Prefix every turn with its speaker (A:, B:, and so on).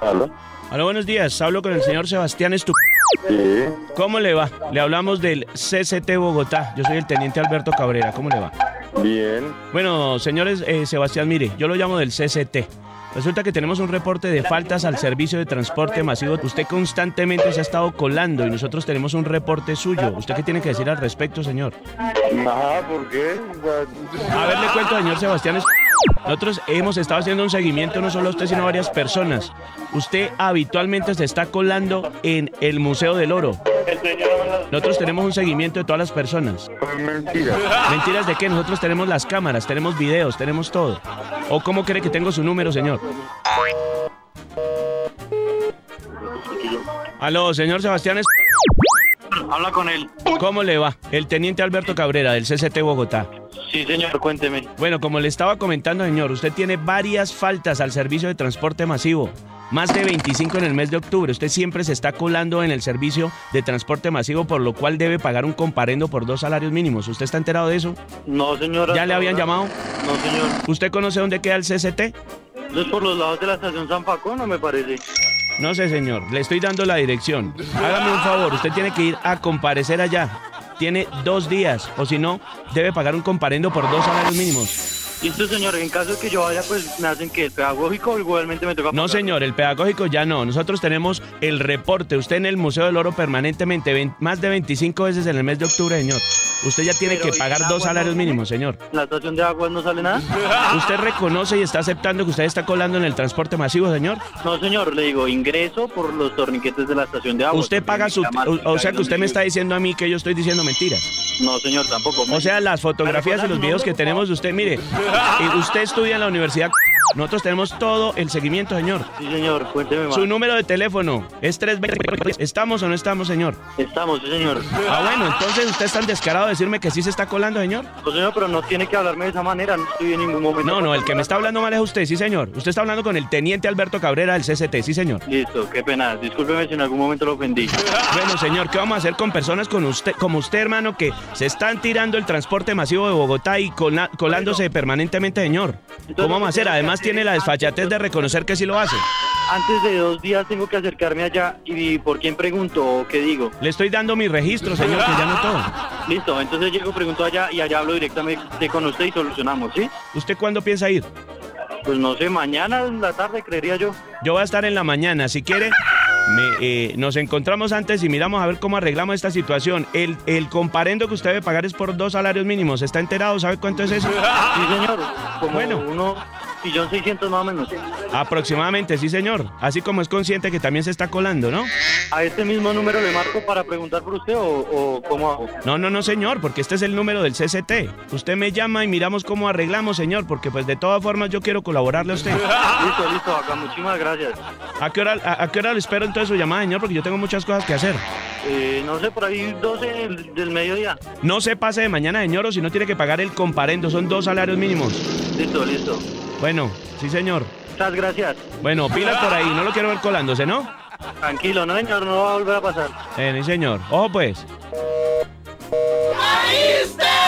A: ¿Aló?
B: Hola, buenos días. Hablo con el señor Sebastián Estu.
A: Sí.
B: ¿Cómo le va? Le hablamos del CCT Bogotá. Yo soy el teniente Alberto Cabrera. ¿Cómo le va?
A: Bien.
B: Bueno, señores, eh, Sebastián, mire, yo lo llamo del CCT. Resulta que tenemos un reporte de faltas al servicio de transporte masivo. Usted constantemente se ha estado colando y nosotros tenemos un reporte suyo. ¿Usted qué tiene que decir al respecto, señor?
A: Ajá, ¿por qué?
B: A ver, le cuento, señor Sebastián. es- Nosotros hemos estado haciendo un seguimiento no solo a usted, sino a varias personas. Usted habitualmente se está colando en el Museo del Oro. Nosotros tenemos un seguimiento de todas las personas.
A: Fue mentira.
B: ¿Mentiras de qué? Nosotros tenemos las cámaras, tenemos videos, tenemos todo. ¿O cómo cree que tengo su número, señor? Aló, señor Sebastián. es-
C: Habla con él.
B: ¿Cómo le va? El teniente Alberto Cabrera, del CCT Bogotá.
C: Sí, señor, cuénteme.
B: Bueno, como le estaba comentando, señor, usted tiene varias faltas al servicio de transporte masivo. Más de 25 en el mes de octubre. Usted siempre se está colando en el servicio de transporte masivo, por lo cual debe pagar un comparendo por dos salarios mínimos. ¿Usted está enterado de eso?
C: No, señora.
B: ¿Ya le habían
C: Ahora-
B: llamado?
C: No, señor.
B: ¿Usted conoce dónde queda el CCT?
C: ¿No es por los lados de la estación San Pacono, me parece?
B: No sé, señor. Le estoy dando la dirección. Hágame un favor. Usted tiene que ir a comparecer allá. Tiene dos días, o si no, debe pagar un comparendo por dos salarios mínimos.
C: Listo, señor. En caso de que yo vaya, pues me hacen que el pedagógico igualmente me toca.
B: No,
C: pagar.
B: señor, el pedagógico ya no. Nosotros tenemos el reporte. Usted en el Museo del Oro permanentemente, vein- más de 25 veces en el mes de octubre, señor. Usted ya tiene
C: Pero,
B: que
C: ¿y
B: pagar
C: el
B: dos
C: agua
B: salarios
C: no?
B: mínimos, señor.
C: ¿En la estación de aguas no sale nada?
B: ¿Usted reconoce y está aceptando que usted está colando en el transporte masivo, señor?
C: No, señor. Le digo, ingreso por los torniquetes de la estación de aguas.
B: Usted paga su...
C: Porque
B: O, o sea
C: ahí
B: que usted
C: donde
B: me está
C: vivo.
B: diciendo a mí que yo estoy diciendo mentiras.
C: No, señor, tampoco.
B: O sea, las fotografías y los videos que tenemos de usted, mire, eh, usted estudia en la universidad. Nosotros tenemos todo el seguimiento, señor.
C: Sí, señor. Cuénteme más.
B: Su número de teléfono es 320. ¿Estamos o no estamos, señor?
C: Estamos, sí, señor.
B: Ah, bueno, entonces usted es tan descarado de decirme que sí se está colando, señor.
C: No, señor, pero no tiene que hablarme de esa manera. No estoy en ningún momento.
B: No, no, el que me está hablando mal es usted, sí, señor. Usted está hablando con el teniente Alberto Cabrera del CCT, sí, señor.
C: Listo, qué pena. Discúlpeme si en algún momento lo ofendí.
B: Bueno, señor, ¿qué vamos a hacer con personas con usted, como usted, hermano, que se están tirando el transporte masivo de Bogotá y cola- colándose permanentemente, señor? ¿Cómo vamos a hacer? Además, tiene la desfachatez de reconocer que sí lo hace.
C: Antes de dos días tengo que acercarme allá y por quién pregunto o qué digo.
B: Le estoy dando mi registro, señor, que ya no todo.
C: Listo, entonces llego, pregunto allá y allá hablo directamente con usted y solucionamos, ¿sí?
B: ¿Usted cuándo piensa ir?
C: Pues no sé, mañana en la tarde creería yo.
B: Yo voy a estar en la mañana. Si quiere, me, eh, nos encontramos antes y miramos a ver cómo arreglamos esta situación. El, el comparendo que usted debe pagar es por dos salarios mínimos. ¿Está enterado? ¿Sabe cuánto es eso?
C: Sí, señor. Como
B: Bueno.
C: uno millón seiscientos más o menos.
B: Aproximadamente, sí, señor. Así como es consciente que también se está colando, ¿no?
C: ¿A este mismo número le marco para preguntar por usted o, o cómo hago?
B: No, no, no, señor, porque este es el número del CCT. Usted me llama y miramos cómo arreglamos, señor, porque pues de todas formas yo quiero colaborarle a usted.
C: Listo, listo, acá muchísimas gracias.
B: ¿A qué hora, a, a qué hora le espero entonces su llamada, señor? Porque yo tengo muchas cosas que hacer.
C: Eh, no sé, por ahí 12 del, del mediodía.
B: No se pase de mañana, señor, o si no tiene que pagar el comparendo. Son dos salarios mínimos.
C: Listo, listo.
B: Bueno, sí, señor.
C: Muchas gracias.
B: Bueno, pilas por ahí. No lo quiero ver colándose, ¿no?
C: Tranquilo, no, señor, no va a volver a pasar.
B: Eh, sí, señor. Ojo, pues.
D: ¡Caíste!